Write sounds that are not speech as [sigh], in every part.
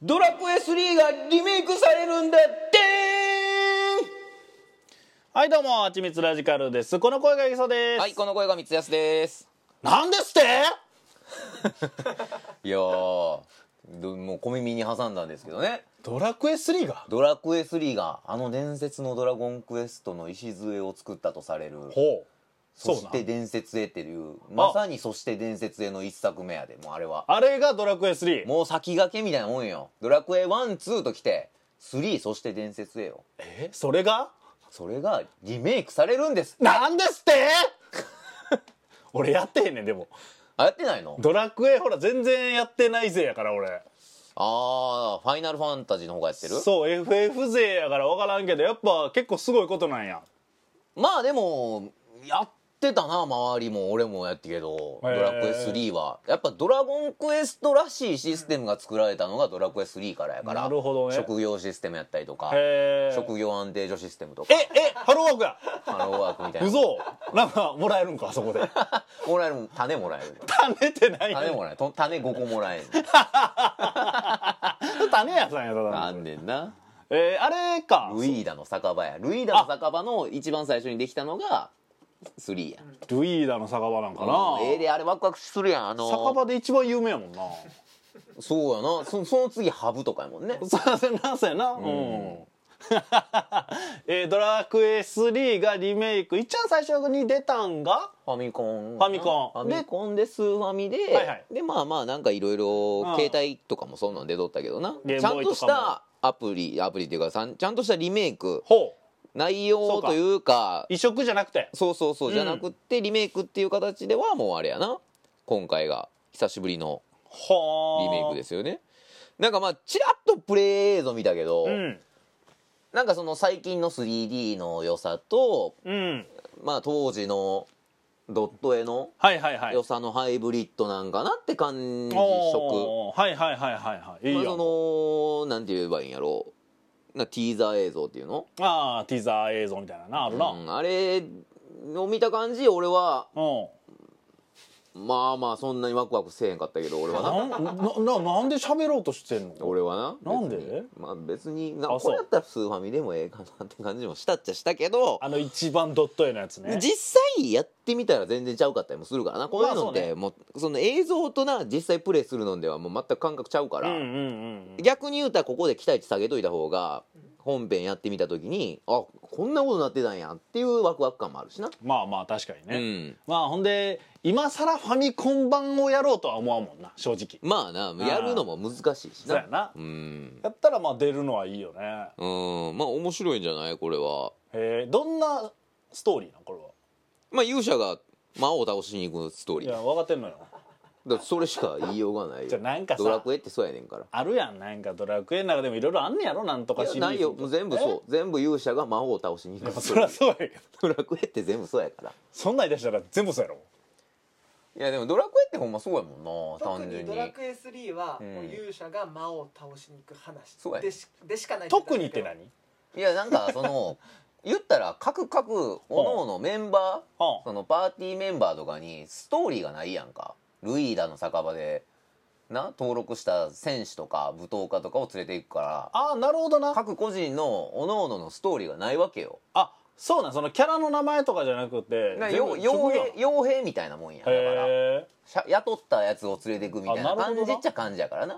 ドラクエ3がリメイクされるんだってはいどうもあちみつラジカルですこの声がいそうです、はいこの声が三つやすですなんですっていやーどもう小耳に挟んだんですけどねドラクエ3がドラクエ3があの伝説のドラゴンクエストの礎を作ったとされるほうそそうしなて伝説へっていうまさにそして伝説への一作目やでもうあれはあれがドラクエ3もう先駆けみたいなもんよドラクエ12ときて3そして伝説へよえそれがそれがリメイクされるんですなんですって [laughs] 俺やってへんねんでもあやってないのドラクエほら全然やってないぜやから俺ああファイナルファンタジーの方がやってるそう FF 勢やから分からんけどやっぱ結構すごいことなんやまあでもやってたな周りも俺もやってけど「ドへーラクエ3は」やっぱ「ドラゴンクエスト」らしいシステムが作られたのが「ドラクエ3」からやからなるほどね職業システムやったりとかへー職業安定所システムとかええハローワークやハローワークみたいな嘘なんかもらえるんかあそこでもらえるもん種もらえる種ってない種もらえると種5個もらえる種屋さんやただのなんでんなえー、あれかルイーダの酒場やルイーダの酒場の一番最初にできたのが3やルイーダの酒場なんかうんええでなあれワクワクするやんあの酒場で一番有名やもんなそうやなそその次ハブとかやもんねそうやなそうやなうん、 [laughs] えードラクエ3がリメイク一番最初に出たんがファミコフンァミコンファミコンでスーファミで、はいはいでまあまあなんかいろいろうん携帯とかもそんなん出とったけどなゲーちゃムボーんイととかもしたアプリアプリっていうかさんちゃんとしたリメイクほう内容というか移植じゃなくてそうそうそううんじゃなくってリメイクっていう形ではもうあれやな今回が久しぶりのほうリメイクですすよねなんかまあちらっとプレイ映像見たけど、うんなんかその最近の 3D の良さとうんまあ当時のドット絵のはいはいはい良さのハイブリッドなんかなって感じ色、おーはいはいはいはいはいいいまあ、よ、そのなんて言えばいいんやろなティーザー映像っていうのああティザー映像みたいななあるな、ううんんあれを見た感じ俺はまあまあそんなにワクワクせえへんかったけど俺はななんなななんで喋ろうとしてんの俺はななんで別にまあ別になあそうこれやったらスーファミでもええかなって感じもしたっちゃしたけどあの一番ドット絵のやつね実際やってみたら全然ちゃうかったりもするからなこういうのっまあそうてねもうその映像とな実際プレイするのではもう全く感覚ちゃうかうら、んうんうんうん逆に言うたらここで期待値下げといた方が本編やってみた時にあこんなことなってたんやっていうワクワク感もあるしな、まあまあ確かにうね、ん、まあほんで今更ファミコン版をやろうとは思わんもんな正直まあなやるのも難しいしそうやななうんやったらまあ出るのはいいよねうんまあ面白いんじゃないこれはえー、どんなストーリーなんこれはまあ勇者が魔王を倒しに行くストーリいーだや分かってんのよからそれしか言いようがないよじゃあなんかさドラクエってそうやねんからあるやんなんかドラクエの中でもいろいろあんねやろなんといかやシリーズないよもう全部うそう全部勇者が魔王を倒しに行くスそトりゃーリーそうやけどドラクエって全部そうやからそんなん言い出したら全部そうやろ [laughs] いやでもドラクエってほんまそうやもんな特単純ににドラクエ3は、うんもう勇者が魔王を倒しに行く話そうやでしでしかない特にって言たん何いやなんかその [laughs] 言ったら各各おのおのメンバーあそのパーティーメンバーとかにストーリーがないやんかルイーダの酒場でな登録した戦士とか舞踏家とかを連れていくかあなるほどらな各個人のおのおののストーリーがないわけよあそうなんそのキャラの名前とかじゃなくてだから全よ部う職業傭なの兵傭兵みたいなもんやだからへえしゃ雇ったやつを連れていくみたいなあなる感ほどなじっちゃ感じやからな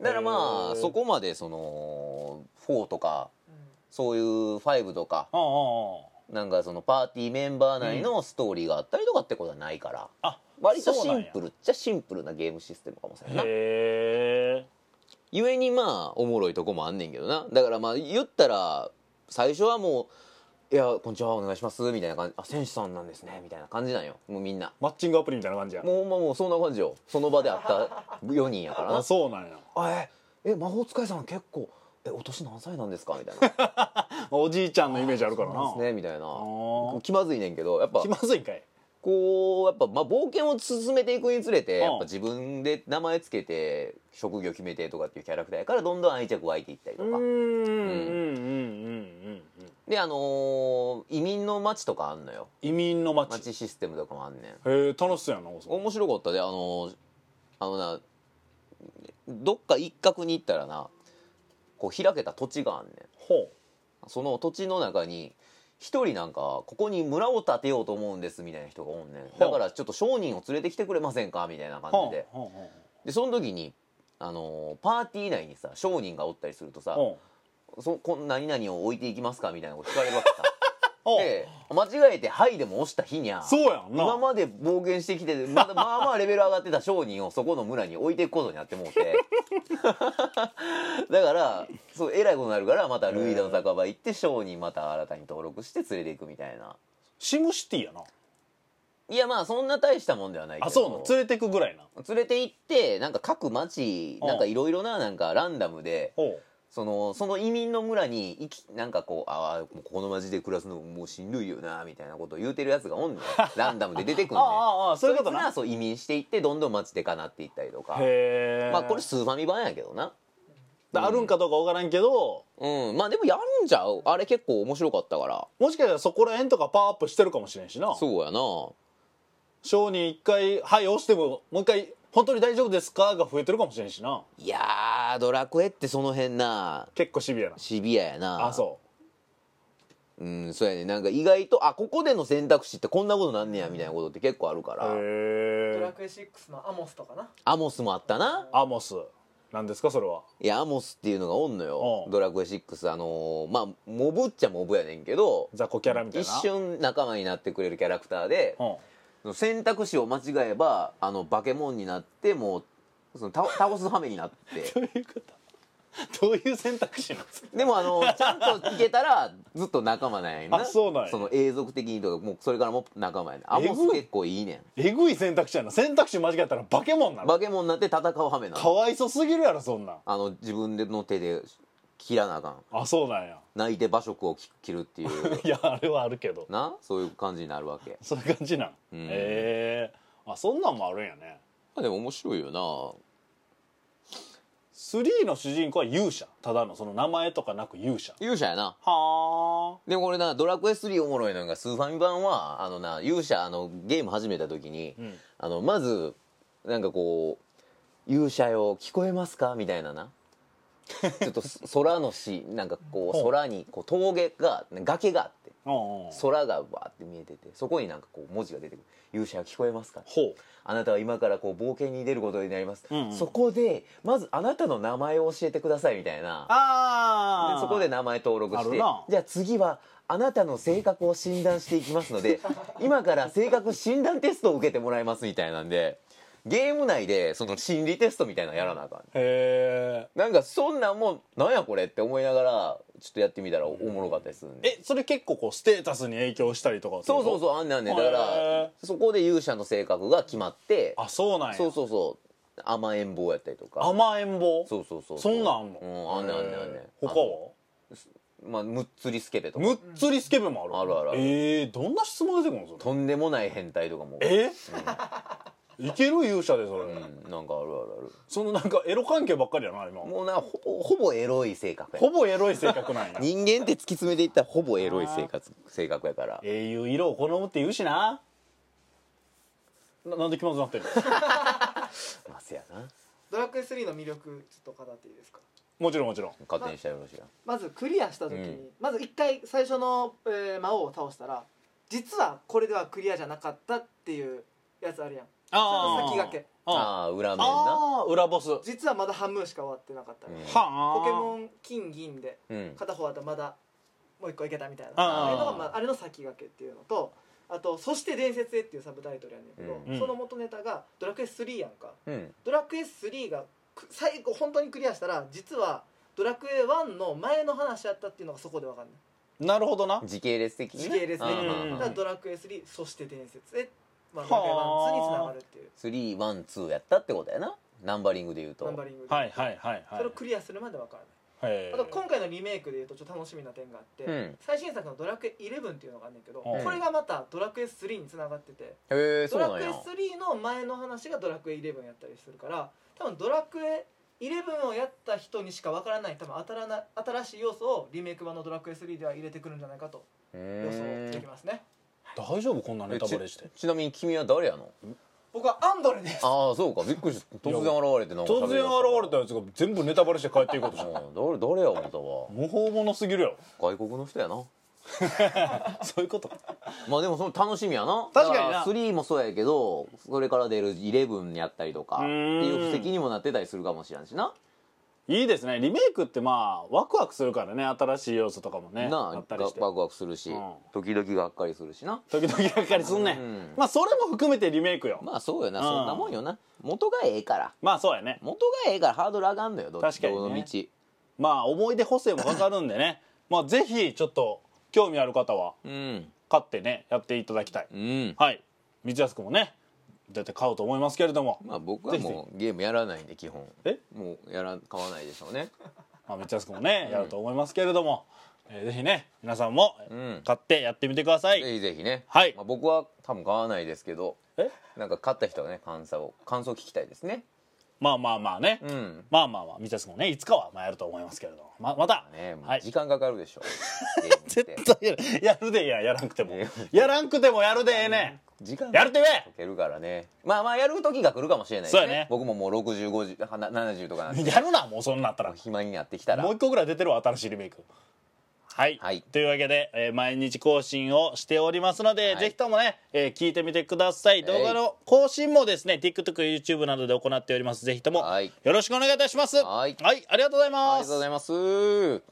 だからまあへーそこまでその4とかうんそういう5とかうんうんうんなんかそのパーティーメンバー内のストーリーがあったりとかってことはないから、あ割とシそうなんンやプルっちゃシンプルなゲームシステムかもしれんないなへえゆえにまあおもろいとこもあんねんけどなだからまあ言ったら最初はもう「いやこんにちはお願いします」みたいな感じ「あ選手さんなんですね」みたいな感じなんよもうみんなマッチングアプリみたいな感じやもうほんまもうそんな感じよその場で会った4人やからあなそうなんや「あええ魔法使いさん結構えお年何歳なんですか?」みたい [laughs] なおじいちゃんのイメージあるから「ですなね」みたいなー気まずいねんけどやっぱ気まずいんかいこうやっぱ、まあ、冒険を進めていくにつれうて、んやっぱ自分で名前つけて職業決めてとかっていうキャラクターやからどんどん愛着湧いていったりとうーんか、うんうんうんうんであのー移民の街とかあんのよ移民の街街システムとかもあんねんへえ楽しそうやなそれ面白かったであのーあのなどっか一角に行ったらなこう開けた土地があんねんほその土地の中に一人なんかここに村を建てようと思うんですみたいな人がおんねんうだからちょっと商人を連れてきてくれませんかみたいなう感ほじうでほうほでその時にあのーパーティー内にさ商人がおったりするとうさほうそこん何々を置いていきますかみたいなこと聞かれるわけさ [laughs] ほうで間違えて「はい」でも押した日にゃそうやんな今まで冒険してきてまだ [laughs] まあまあレベル上がってた商人をそこの村に置いていくことになってもうて [laughs] だからそうえらいことになるからまたルイダの酒場行って商人また新たに登録して連れていくみたいなシムシティやないやまあそんな大したもんではないけどあそうなの連れてくぐらいな連れて行ってなんか各町うんなんかいろいろななんかランダムでほうそのその移民の村に行きなんかこうああもうこの町で暮らすのもうしんどいよなみたいなことを言うてるやつがお [laughs] んねんランダムで出てくんあねんあ [laughs] ああそういうことそいつながそう移民していってどんどん町でかなっていったりとかへえまあこれスーファミ版やけどなあるんかどうかわからんけどうんまあでもやるんじゃうあれ結構面白かったからもしかしたらそこら辺とかパワーアップしてるかもしれんしなそうやな商人一回「はい」押してももう一回「本当に大丈夫ですか?」が増えてるかもしれんしないやードラクエってその辺な結構シビアなシビアやなあそううんそうやねなんか意外とあここでの選択肢ってこんなことなんねやみたいなことって結構あるかうらへドラえクエ6のアモスとかなアモスもあったなアモスなんですかそれはいやアモスっていうのがおんのようんドラクエ6あのーまあモブっちゃモブやねんけど雑魚キャラみたい一な瞬仲間になってくれるキャラクターでうん選択肢を間違えばあの化け物になってもうその倒倒す羽目になってど [laughs] ういうことどういう選択肢なんですかでもあのちゃんといけたらずっと仲間なんやなあそうなんやその永続的にとかもうそれからも仲間やねんアモえスぐい結構いいねえぐい選択肢やな選択肢間違ったら化け物なんの化け物になって戦う羽目なかのわいそすぎるやろそんなんあの自分での手で切らなあかんあそうなんや泣いて馬食を切切るっていう [laughs] いやあれはあるけどなそういう感じになるわけそういう感じなんうんへえあそんなんもあるんやねまあでも面白いよ3の主人公は勇者ただのその名前とかなく勇者な勇者やなはでもこれなドラクエ3おもろいのがスーファミ版はあのな勇者あのゲーム始めた時に、んあのまずなんかこう「勇者よ聞こえますか?」みたいななちょっとそ [laughs] 空のしなんかこうほう空にこう峠が崖があってあうんうん空がわーって見えててそこになんかこう文字が出てくる「勇者よ聞こえますか?」ほうあなたは今からこう冒険に出ることになります、うんうんそこでまずあなたの名前を教えてくださいみたいなあであそこで名前登録しあてるなじゃあ次はあなたの性格を診断していきます [laughs] ので今から性格診断テストを受けてもらいますみたいなんでゲーム内でその心理テストみたいなのやらなあかんへなんかそんなんもなんやこれって思いながらちょっとやってみたらおもろかったりするんえでえそれ結構こうステータスに影響したりとかそうそううそうあんなんねんだかへらーそこで勇者の性格が決まってあそうなんやそうそうそう甘えん坊やったりとか甘えん坊そうそうそうそんなんあんのうんあんねんあんねんあんねんへー他はあのまあむっつりスケベとかむっつりスケベもあるあるあるえー、どんな質問出てくるのそれとんでもない変態とかもえいける勇者でそれ、うんなんかあるあるそのなんかエロ関係ばっかりやな今あるもうなほぼほぼエロい性格やほぼエロい性格なんや人間って突き詰めていったらほぼエロい性格性格やから英雄色を好むって言うしなななんで気まずなってんのまあせやなドラクエ3の魅力ちょっと語っていいですかもちろんもちろん勝手にしたらよろしいなまずクリアした時に、うんまず一回最初の、えー魔王を倒したら実はこれではクリアじゃなかったっていうやつあるやんあー先駆けあああー裏面なあー裏ボスは実はまだ半分しか終わってなかったみたいな、うあんポケモン金銀でうん片方だとまだもう一個いけたみたいなああーれのが、まあ、あれの先駆けっていうのとあと「そして伝説へ」っていうサブタイトルやねんけど、うんその元ネタが「ドラクエ3」やんかうんドラクエ3がく最後本当にクリアしたら実はドラクエ1の前の話やったっていうのがそこでわかんないなるほどな時系列的に時ね系列的あにーうんだからドラクエ3そして伝説へ、まあ、はあドラクエ1 2につながるっていう3ワンツーやったってことやなナンバリングで言うとナンバリングで、はいはいはいはいそれをクリアするまでわからないへあと今回のリメイクでいうとちょっと楽しみな点があって、うん最新作の「ドラクエ11」っていうのがあるんだけど、うんこれがまた「ドラクエ3」につながっててへえそドうラなクんエや3の前の話が「ドラクエ11」やったりするから多分「ドラクエ11」をやった人にしかわからない多分新な新しい要素をリメイク版の「ドラクエ3」では入れてくるんじゃないかとう予想ーでんきますね大丈夫こんなネタバレしてちなみに君は誰やの僕はアンドレですああそうかびっくりした突然現れてなんか突然現れたれやつが全部ネタバレして帰っていこうと [laughs] したた誰誰や思ったわ無法者すぎるやろ外国の人やなそういうことまあでもその楽しみやな確かになだら3もそうやけどそれから出る11やったりとかってうーんいう布石にもなってたりするかもしれんしないいですねリメイクってまあワクワクするからね新しい要素とかもねなああったりがしてワクワクするしうん時々がっかりするしな時々がっかりすんねん、うんまあそれも含めてリメイクよままあそうよなうんそんなもんよな元がええからあそうやね元がええからハードル上がんのよどっ確かにねどの道まあ思い出補正もかかるんでねまあぜひちょっと興味ある方はうん買ってねやっていただきたい、うんはい三安君もね絶対買うと思いますけれども、まあ僕はもうゲームやらないんで基本えもうやら買わないでしょうねまあ、三安君もねやると思いますけれども、えーぜひね皆さんもうん買ってやってみてください、ぜひぜひねはいまあ僕は多分買わないですけどえなんか勝った人はね感想を感想を聞きたいですねまあまあまあね、うんまあまあまあ三安君もねいつかはまあやると思いますけれどもままた、ねもはうい時間かかるでし [laughs] ょう、絶絶対やるやるでいいややらんくてもえやらんくてもやるでええね時間んやるかてえけるからねまあまあやる時が来るかもしれないですそうやね僕ももう6050 70とかな [laughs] んえでやるなもうそんなんあったら暇になってきたらもう一個ぐらい出てるわ新しいリメイクはい、はいというわけで、えー毎日更新をしておりますので、はいぜひともね、えー聞いてみてください、い動画の更新もですね TikTokYouTube などで行っておりますぜひともはいよろしくお願いいたしますはいありがとうございありまがすとうございます